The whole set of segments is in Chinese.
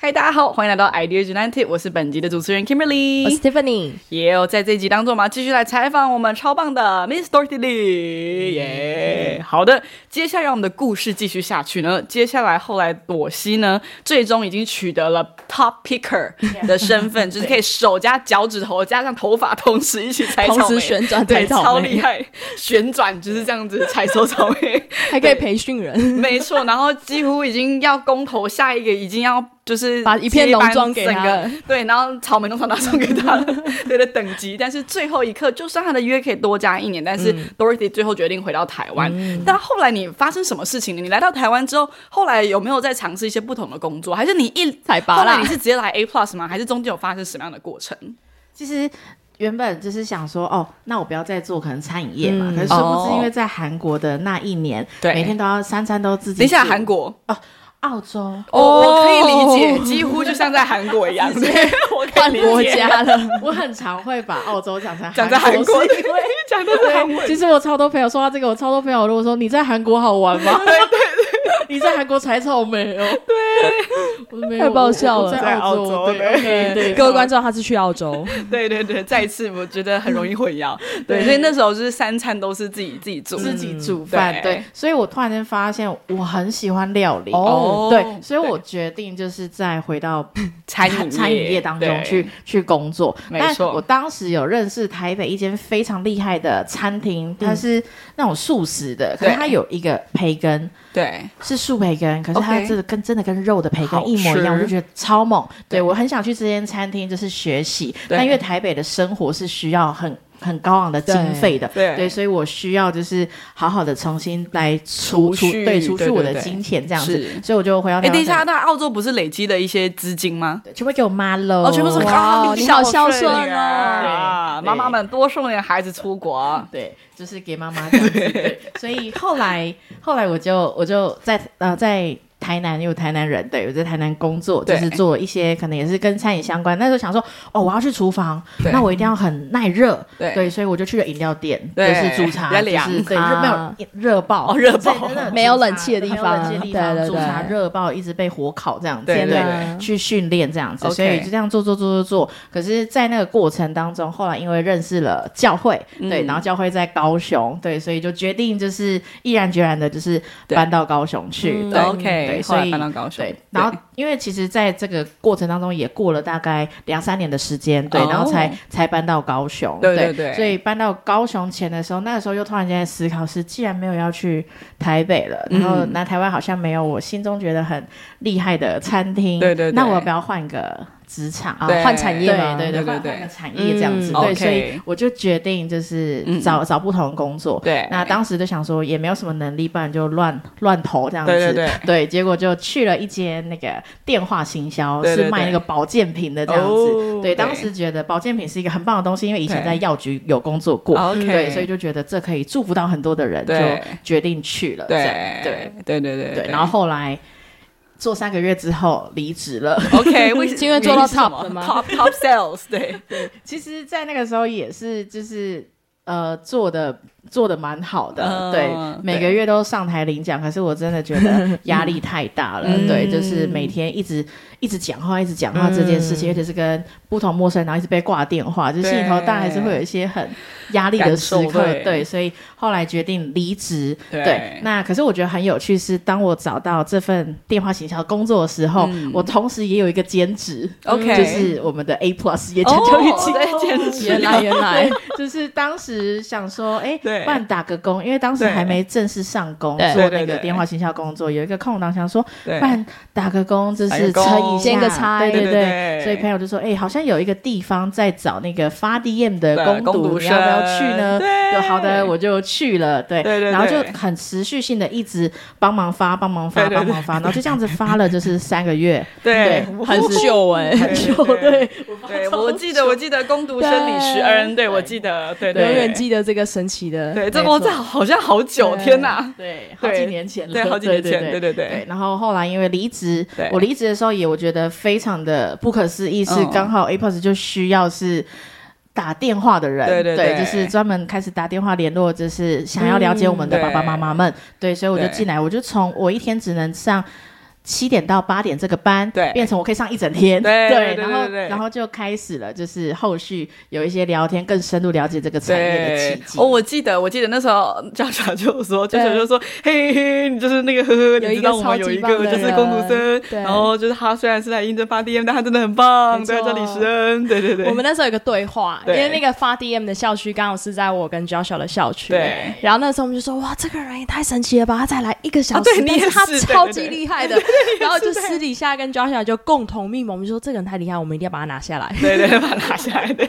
嗨，大家好，欢迎来到 Idea United，我是本集的主持人 Kimberly，我是 Tiffany。也有在这一集当中，我们要继续来采访我们超棒的 Miss Dorothy Lee，耶、好的，接下来我们的故事继续下去呢。接下来后来朵西呢，最终已经取得了 Top Picker 的身 份，就是可以手加脚趾头加上头发同时一起采草莓，同时旋转对，采草莓超厉害，旋转就是这样子采收草莓。还可以培训人， 没错，然后几乎已经要公投下一个，已经要就是把一片接班农庄给他整个，对，然后草莓农场拿送给他了对的等级。但是最后一刻，就算他的约可以多加一年，但是嗯 Dorothy 最后决定回到台湾。但后来你发生什么事情呢？你来到台湾之后，后来有没有再尝试一些不同的工作？还是你一采拔啦后来你是直接来 A Plus 吗？还是中间有发生什么样的过程？其实原本就是想说，哦，那我不要再做可能餐饮业嘛。嗯可是殊不哦知，因为在韩国的那一年，对每天都要三餐都自己。等一下，韩、国，澳洲， 哦我我可以理解，几乎就像在韩国 一样，对，我可换以理解国 家了。我很常会把澳洲讲成讲在韩国，是因为讲的是韩国。其实我超多朋友说到啊这个，我超多朋友如果说你在韩国好玩吗？ 你在韩国采草莓哦，对，我没有太爆笑了我在澳在澳洲嗯对，OK，对，各位观众，他是去澳洲， 对对对，再一次我觉得很容易混 淆。对，所以那时候就是三餐都是自己自己做，自己煮饭嗯，对对，所以我突然间发现我很喜欢料理，哦对，所以我决定就是再回到餐饮餐饮业当中去。去工作。没但错我当时有认识台北一间非常厉害的餐厅，它是那种素食的，可嗯对是它有一个培根对是素培根，可是它 OK 这个跟真的跟肉的培好根一模一吃样，我就觉得超猛。对对我很想去这间餐厅就是学习，对但因为台北的生活是需要很。很高昂的经费的，对对所以我需要就是好好的重新来储储蓄对储对蓄我的对对金钱这样子是，所以我就回到哎，台等一湾下，可能，那澳洲不是累积了一些资金吗？全部给我妈喽，哦，全部是哇啊你好孝顺顺哦啊对妈妈们多送点孩子出国。对，就是给妈妈这样子。对，所以后来后来我就我就在呃在台南，因为我台南人，对我在台南工作，就对是做一些可能也是跟餐饮相关。那时候想说，哦，我要去厨房对，那我一定要很耐热，对所以我就去了饮料店，就对是煮茶，比较就凉是对，啊热没有热爆，哦热爆对真的没有煮茶冷气的地没有方冷气的地对对方对煮茶热爆，一直被火烤这样子，对天对哪对，去训练这样子 OK 所以就这样做做做做做。可是，在那个过程当中，后来因为认识了教会，嗯对，然后教会在高雄，对，所以就决定就是毅然决然的，就是对搬到高雄去。嗯对对 OK，对后来所以搬到高雄对，，然后因为其实在这个过程当中也过了大概两三年的时间，对，哦然后才才搬到高雄，对对对对所以搬到高雄前的时候，那个时候又突然间在思考是，既然没有要去台北了，然后嗯那台湾好像没有我心中觉得很厉害的餐厅，对对对那我要不要换个职场？啊对换产对业吗？对对对，对换对换个产业这样嗯子，对 OK 所以我就决定就是嗯找找不同的工作，对那当时就想说也没有什么能力，不然就乱乱投这样子。对对对结果就去了一间那个电话行销，对对是卖对那个保健品的这样哦子。对对，当时觉得保健品是一个很棒的东西，因为以前在药局有工作过，哦 OK 对，所以就觉得这可以祝福到很多的人，就对决定去了。这样对对对对对对，然后后来做三个月之后离职了。 OK，为什因为做原到 top 因是什了么吗？Top Top Sales，对其实，在那个时候也是，就是呃，做的做的蛮好的，嗯对对，每个月都上台领奖。可是我真的觉 得压力太大了，嗯对，就是每天一直一直讲话，一直讲话这件事情，嗯而且是跟不同陌生人，然后一直被挂电话，就对心里头当然还是会有一些很压力的时感受刻，对对，所以后来决定离职。对 对，那可是我觉得很有趣是，当我找到这份电话行销工作的时候，嗯我同时也有一个兼职。 OK，就是我们的 A Plus 也讲教育哦机在构，兼职原来原 来， 就是当时想说，哎、对不然打个工，因为当时对还没正式上工对做对那对个对电话行销工作，有一个空档，想说，不对然打个工就打个是工撑一下，兼个差对对对对所以朋友就说，哎、好像有一个地方在找那个发 DM 的对攻攻读读，你要不要去生呢？就好的，我就去了。对，对对然后就对很持续性的一直帮忙发，帮忙对对发，对帮忙发，然后就这样子发了，就是三个月，对对，很秀哎、对很久，对。对，我记得，我记得攻读生李时恩，对我记得，对永对，远记得这个神奇的。对，这没我错这好像好久，对天哪！对，好对几年前了，对好几年前对对对对对然后后来因为离职对，我离职的时候也我觉得非常的不可思议，是嗯刚好 A Plus 就需要是。打电话的人，对对对就是专门开始打电话联络，就是想要了解我们的嗯爸爸妈妈们，对，所以我就对进来，我就从我一天只能上。七点到八点这个班，对变成我可以上一整天，对对对然后对对然后就开始了，就是后续有一些聊天，更深入了解这个产业的对契，机。哦，我记得，我记得那时候教长就说，教长对就说，嘿嘿，你就是那个呵呵，你知道我们有一个就是公主生，对然后就是他虽然是来应征发 DM，但他真的很棒，没对，叫错李时恩，对对对，我们那时候有个对话，因对为那个发 DM 的校区刚好是在我跟 Joshua 的校区，对。然后那时候我们就说，哇，这个人也太神奇了吧！他才来一个小时，啊对你但也是他是超对对级对厉害的。然后就私底下跟 Joshua 就共同密谋，我们就说这个人太厉害，我们一定要把他拿下来。对对，把它拿下来的，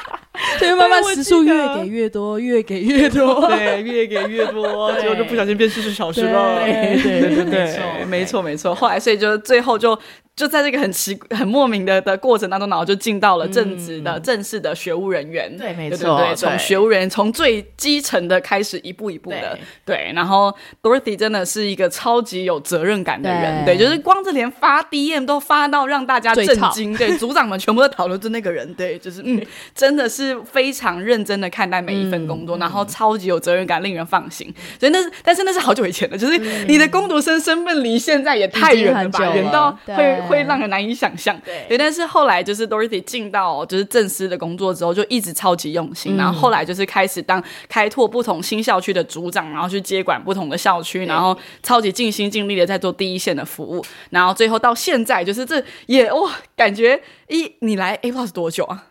所以慢慢对我时记得数越给越多，越给越多。 对，越给越多，对结果就不小心变四十小时了，对对对没错对，没错没错。后来，所以就最后就就在这个很奇、很莫名的的过程当中，然后就进到了正职的、正式的学务人员，对没对错对，从对学务人员从最基层的开始，一步一步的，对。然后 Dorothy 真的是一个超级有责任感的人，对对，就是光是连发 DM 都发到让大家最震吵惊，对，组长们全部都讨论就那个人，对，就是嗯， 真的是非常认真的看待每一份工作，然后超级有责任感，令人放心。所以那是，但是那是好久以前的，就是你的工读生身份离现在也太嗯已经远了很吧，久了远到会对会让人难以想象。对，但是后来就是 Dorothy 进到就是正式的工作之后，就一直超级用嗯心，然后后来就是开始当开拓不同新校区的组长，然后去接管不同的校区，然后超级尽心尽力的在做第一线的服务，然后最后到现在就是这也哇，感觉一你来 A Plus 多久 啊？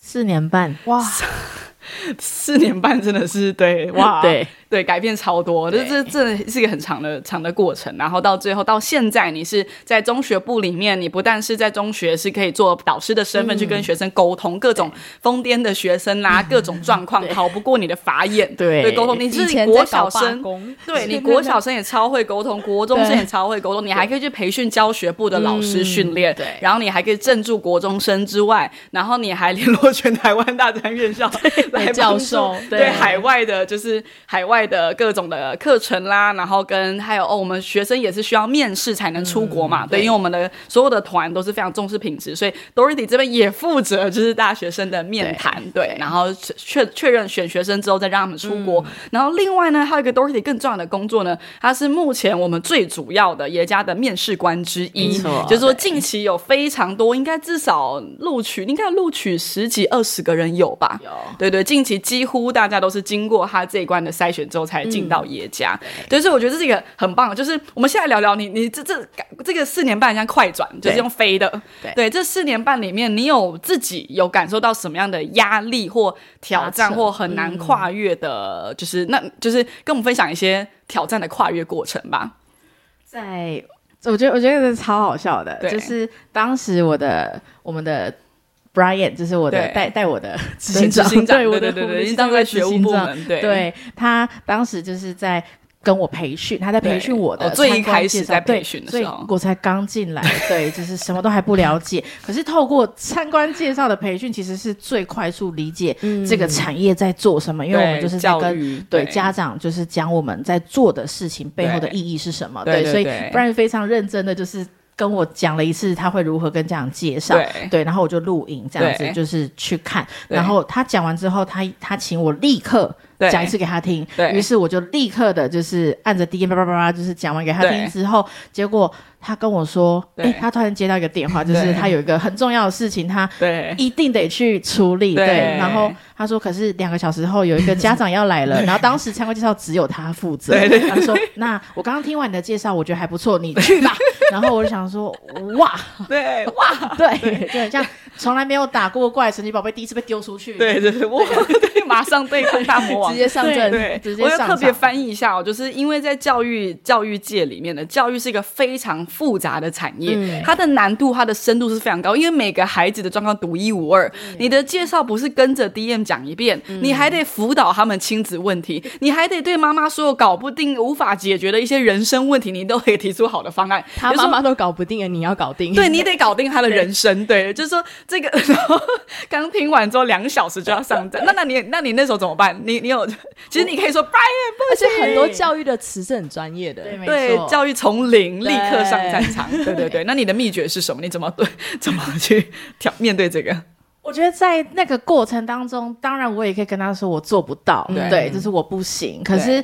四年半，哇，四年半真的是对哇， 对，对，改变超多，这这这是一个很长的长的过程。然后到最后到现在，你是在中学部里面，你不但是在中学是可以做导师的身份去跟学生沟通各种疯癫的学生 啦、各种状况，逃不过你的法眼。对对，沟通你以是前国在小搞罢生。工，对你国小生也超会沟通，国中生也超会沟通，你还可以去培训教学部的老师训练，对然后你还可以镇住国中生之外，然后你还联络全台湾大专院校来帮助教授对对海外的，就是海外的各种的课程啦，然后跟还有哦，我们学生也是需要面试才能出国嗯嘛，对，因为我们的所有的团都是非常重视品质，所以 Dorothy 这边也负责就是大学生的面谈，对，然后确确确认选学生之后再让他们出嗯国，然后另外呢，还有一个 Dorothy 更重要的工作呢，它是目前我们最主要的耶加的面试官之一，没错就是说近期有非常多，应该至少录取，应该有录取十几二十个人有吧？有对对，近期几乎大家都是经过他这一关的筛选之后才进到耶加，嗯对，所以我觉得这是一个很棒的。就是我们现在聊聊你，你这这这个四年半像快转，就是用飞的，对这四年半里面，你有自己有感受到什么样的压力或挑达战，成或很难跨越的，嗯就是那就是跟我们分享一些挑战的跨越过程吧。在，我觉得我觉得超好笑的，对就是当时我的我们的 Brian，就是我的对带带我的执对行长，执行长对我对的对我们对的因为行当政时在学会务执行部长门对对他当时就是在。跟我培训，他在培训我的对哦最一参观开始介绍在培对训的所以时候我才刚进来，对，就是什么都还不了解。可是透过参观介绍的培训，其实是最快速理解这个产业在做什么，因为我们对就是在嗯教跟育对对家长就是讲我们在做的事情背后的意义是什么，对对所以对 Brian 非常认真的就是跟我讲了一次他会如何跟家长介绍，对然后我就录影这样子对，就是去看，对然后他讲完之后，他他请我立刻对讲一次给他听，对于是我就立刻的就是按着 D 叭叭叭叭，就是讲完给他对听之后，结果他跟我说，对哎，他突然接到一个电话，就是对他有一个很重要的事情，他对， 一定得去处理。对对，然后他说，可是两个小时后有一个家长要 来了，然后当时参观介绍只有他负责。对他说，那我刚刚听完你的介绍，我觉得还不错，你 去吧。然后我就想说，哇，对， 哇，对，就很像从来没有打过怪，神奇宝贝第一次被丢出去。 对，就是我，对，马上对抗大魔王， 直接上对阵，对，直接我要上特别场翻译一下哦，就是因为在教育教育界里面的教育是一个非常复杂的产业，嗯它的难度、它的深度是非常高，因为每个孩子的状况独一无二。嗯你的介绍不是跟着 DM 讲一遍，你还得辅导他们亲子问题，你还得对妈妈所有搞不定、无法解决的一些人生问题，你都可以提出好的方案。他比如说妈妈都搞不定了，你要搞定。 对你得搞定他的人生，对，就是说这个， 然后刚听完之后两小时就要上阵，那那你那你那时候怎么办？你你有，其实你可以说 Brian 不 而且很多教育的词是很专业的，对，没对错。教育从零立对刻 上战场，对对对。那你的秘诀是什么？你怎么对怎么去挑面对这个？我觉得在那个过程当中，当然我也可以跟他说我做不到，嗯对对，就是我不行。可是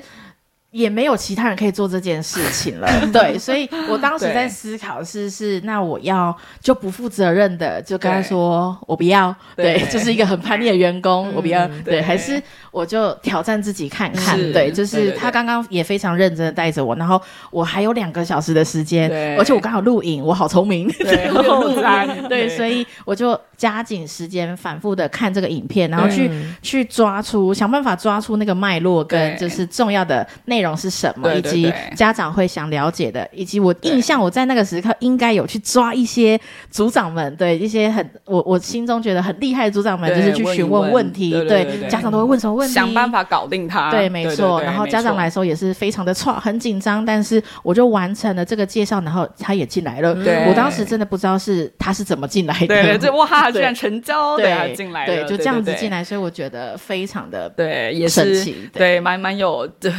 也没有其他人可以做这件事 情了，对。所以我当时在思考是是，那我要就不负责任的就跟他说我不要，对嗯对，就是一个很叛逆的员工，我不要，对对，还是我就挑战自己看看是，对，对就对是对他刚刚也非常认真的带着我，然后我还有两个小时的时间对，而且我刚好录影，我好聪明，对我 有录我有录影 影，对，对所以我就加紧时间，反复的看这个影片，然后去去抓出想办法抓出那个脉络跟对就是重要的内容是什么，对以对及对家长会想了解的，以及我印象我在那个时刻应该有去抓一些组长们，对一些很我我心中觉得很厉害的组长们，对就是去询问一问问题，对对对对家长都会问什么问题，想办法搞定他。对，没错。然后家长，来没的时候也是非常的错，很紧张，但是我就完成了这个介绍，然后他也进来了。对我当时真的不知道是他是怎么进来的， 对对，这哇，对居然成交，对啊，进来了，对，就这样子对进，来，所以我觉得非常的对对，也神是奇，对，蛮蛮有 这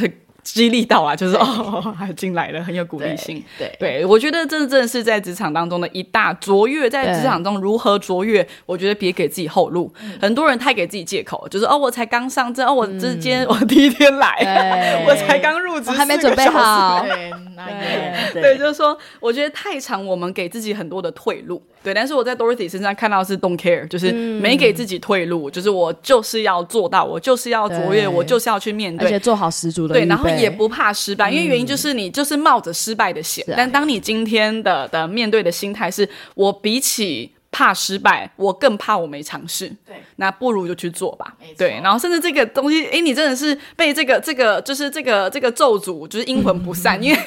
激励到啊，就是对哦， 进来了，很有鼓励性。对对，我觉得这真的是在职场当中的一大卓越，在对职场中如何卓越，我觉得别给自己后路。嗯很多人太给自己借口，就是哦，我才刚上阵，哦，我之间我第一天来，嗯对我才刚入职，我还没准备四个小时好对，那也对，就是说，我觉得太长，我们给自己很多的退路。对，但是我在 Dorothy 身上看到的是 don't care，就是嗯没给自己退路，就是我就是要做到，我就是要卓越，对我就是要去面而且对。做好十足的对，预然后备也不怕失败，因为原因嗯就是你就是冒着失败的险。啊但当你今天的的面对的心态是，我比起怕失败，我更怕我没尝试。对，那不如就去做吧没。错对，然后甚至这个东西，诶，你真的是被这个这个就是这个这个咒诅，就是阴魂不 散，因为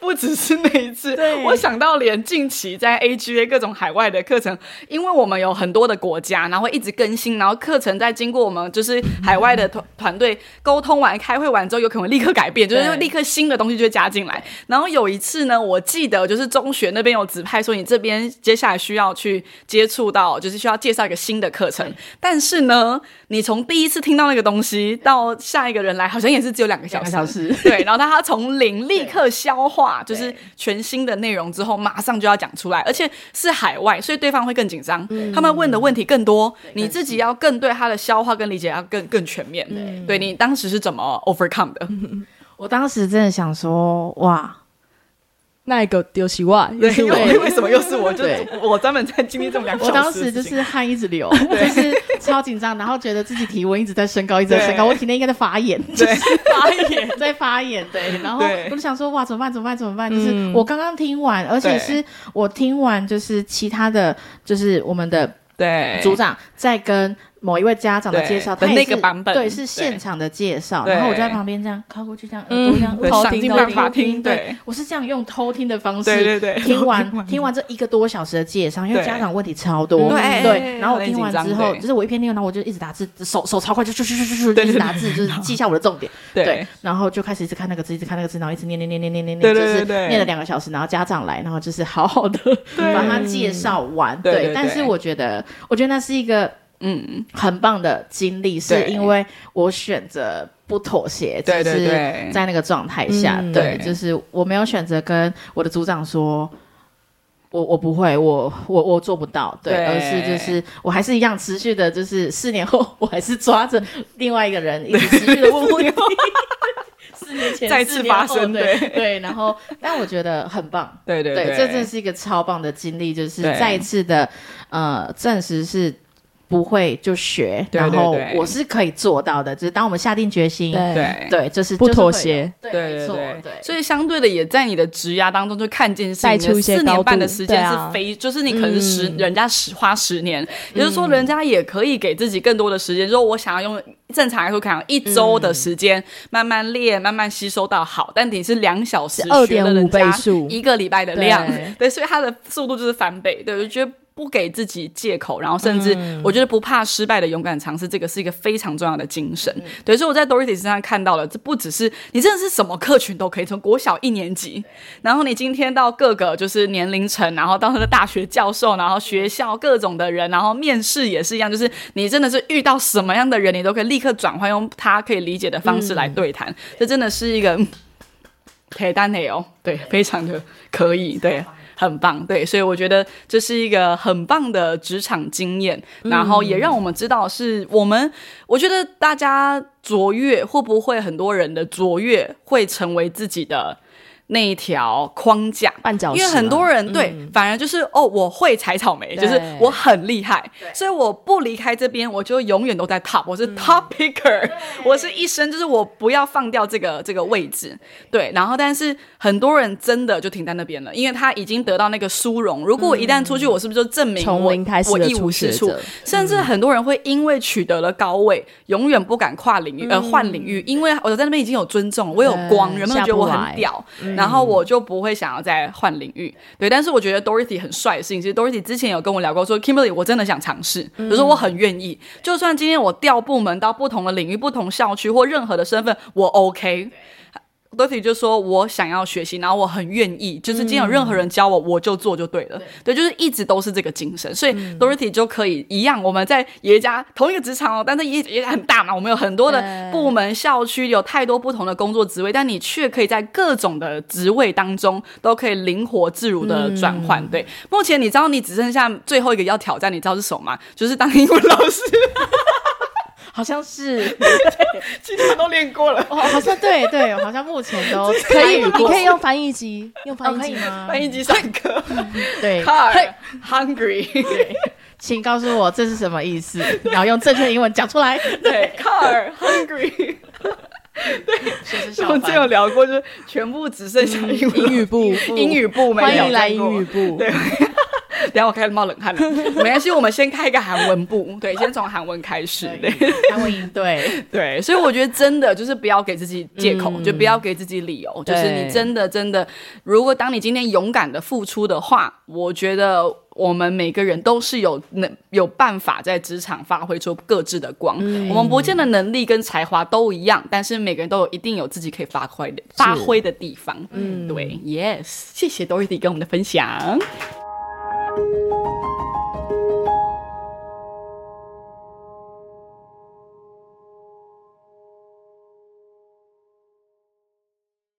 不只是那一次，我想到连近期在 AGA 各种海外的课程，因为我们有很多的国家，然后会一直更新，然后课程在经过我们就是海外的团团队沟通完、开会完之后，有可能立刻改变，就是对立刻新的东西就会加进来。然后有一次呢，我记得就是中学那边有指派说，你这边接下来需要去接触到，就是需要介绍一个新的课程。但是呢，你从第一次听到那个东西到下一个人来，好像也是只有两个小两个时。小 时。对，然后他从零立刻消化，就是全新的内容之后，马上就要讲出来，而且是海外，所以对方会更紧张，嗯他们问的问题更多，你自己要更对他的消化跟理解要更更全面。嗯对你当时是怎么 overcome 的？ 我当时真的想说，哇，那一个丢洗袜，又是 对，我为为什么又是我？就是对我专门在经历这 种两小我时当的事时情。就是汗一直 流，就是超紧张，然后觉得自己体温一直在升高，一直在升高，对我体内应该在发炎， 对发炎， 在发炎，对。然后对嗯我就想说，哇，怎么办？怎么办？怎么办？就是我刚刚听完，而且是我听完，就是其他的，就是我们的对组长在跟某一位家长的哎对介绍，的他也那是个版本对，对是现场的介绍，对然后我就在旁边这样靠过去，这样嗯耳朵这样对偷想听，尽偷办听法偷听听，对对，我是这样用偷听的方式，对对对听偷听完完听完这一个多小时的介绍，因为对家长问题超多，对对，然后我听完之很紧张后，对就是我一边听，然后我就一直打字，手手超快，就就就就对就就对一直打字，就是记下我的重点，对，然后就开始一直看那个字，一直看那个字，然后一直念念念念念念对念，就对是对对念了两个小时，然后家长来，然后就是好好的对把它介绍完，对对对但是我觉得，我觉得那是一个。嗯，很棒的经历，是对因为我选择不妥协，对就对是对在那个状态下，嗯对，对就是我没有选择跟我的组长说。我我不会，我我我做不到，对，对而是就是我还是一样持续的，就是四年后我还是抓着另外一个人一直持续的问问题，四年前再次四年后发生对对对，然后但我觉得很棒，对对对，这真是一个超棒的经历，就是对再一次的呃证实是不会就学，对然后对对我是可以做到的，就是当我们下定决心，对对。对，就是不妥协，就是会有对，对没错，对对，所以相对的也在你的职涯当中就看见是你带出的一些四高年度半的时间对是啊嗯非，就是你可能是十、人家十花十年，也就是说人家也可以给自己更多的时间，就是我想要用正常来说可能一周的时间、慢慢练，慢慢吸收到好，但你是两小时是2.5学了人家倍数一个礼拜的量，对 对，所以它的速度就是翻倍，对，我就觉得。不给自己借口，然后甚至我觉得不怕失败的勇敢尝试，这个是一个非常重要的精神。对，所以我在 Dorothy 身上看到了，这不只是你真的是什么客群都可以，从国小一年级，然后你今天到各个就是年龄层，然后到那个大学教授，然后学校各种的人，然后面试也是一样，就是你真的是遇到什么样的人，你都可以立刻转换，用他可以理解的方式来对谈，这真的是一个。嗯，陪单的哦，对，非常的可以，对，很棒。对，所以我觉得这是一个很棒的职场经验，嗯然后也让我们知道是我们，我觉得大家卓越会不会很多人的卓越会成为自己的那一条框架。绊脚石因啊，为很多人对，反而就是哦，我会采草莓，就是我很厉害，所以我不离开这边，我就永远都在 top，我是 top picker，、我是一生就是我不要放掉这个这个位置，对。然后，但是很多人真的就停在那边了，因为他已经得到那个殊荣。如果我一旦出去，我是不是就证明嗯从我零开始我的一无初是学处者？甚至很多人会因为取得了高位，永远不敢跨领域，呃，换领域，因为我在那边已经有尊重，我有光，嗯对人们下觉得我不很来嗯屌，然后我就不会想要再换领域。对，但是我觉得 Dorothy 很帅的事情，其实 Dorothy 之前有跟我聊过说，Kimberly 我真的想尝试，嗯可是我很愿意，就算今天我调部门到不同的领域、不同校区或任何的身份，我 OK。Dorothy 就说：“我想要学习，然后我很愿意，就是今天有任何人教我，我就做就对了。嗯对，嗯就是一直都是这个精神，所以 Dorothy 就可以一样。我们在爷爷家同一个职场哦，但是爷爷家很大嘛，我们有很多的部门、校区，有太多不同的工作职位，但你却可以在各种的职位当中都可以灵活自如的转换。对，目前你知道你只剩下最后一个要挑战，你知道是什 么吗？就是当英文老师，好 像是，其他都练过了。哦，好像对对，好像目前 都可以，参与你过可以用翻译机，用翻哦，译可以机。吗？翻译机上课 对，，car hungry。”请告诉我这是什么意思，然后用正确的英文讲出来。 对，car hungry，我们之前有聊过，就是全部只剩下英文嗯英语部， 英语部没有欢迎来看过英语。 部。对， 等一下我开始冒冷汗了，没关系，我们先开一个韩文部，对，先从韩文开始，对韩文应对，对，所以我觉得真的就是不要给自己借口，就不要给自己理由，就是对你真的真的，如果当你今天勇敢的付出的话，我觉得。我们每个人都是有能有办法在职场发挥出各自的光，我们不见得能力跟才华都一样，但是每个人都有一定有自己可以发挥的发挥的地方。嗯，对，yes，谢谢 Dorothy 跟我们的分享。